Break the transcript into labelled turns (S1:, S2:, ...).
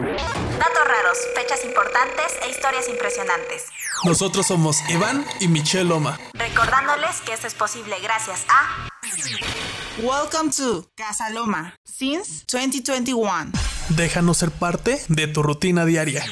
S1: Datos raros, fechas importantes e historias impresionantes.
S2: Nosotros somos Iván y Michelle Loma.
S1: Recordándoles que esto es posible gracias a
S3: Welcome to Casa Loma since 2021.
S2: Déjanos ser parte de tu rutina diaria.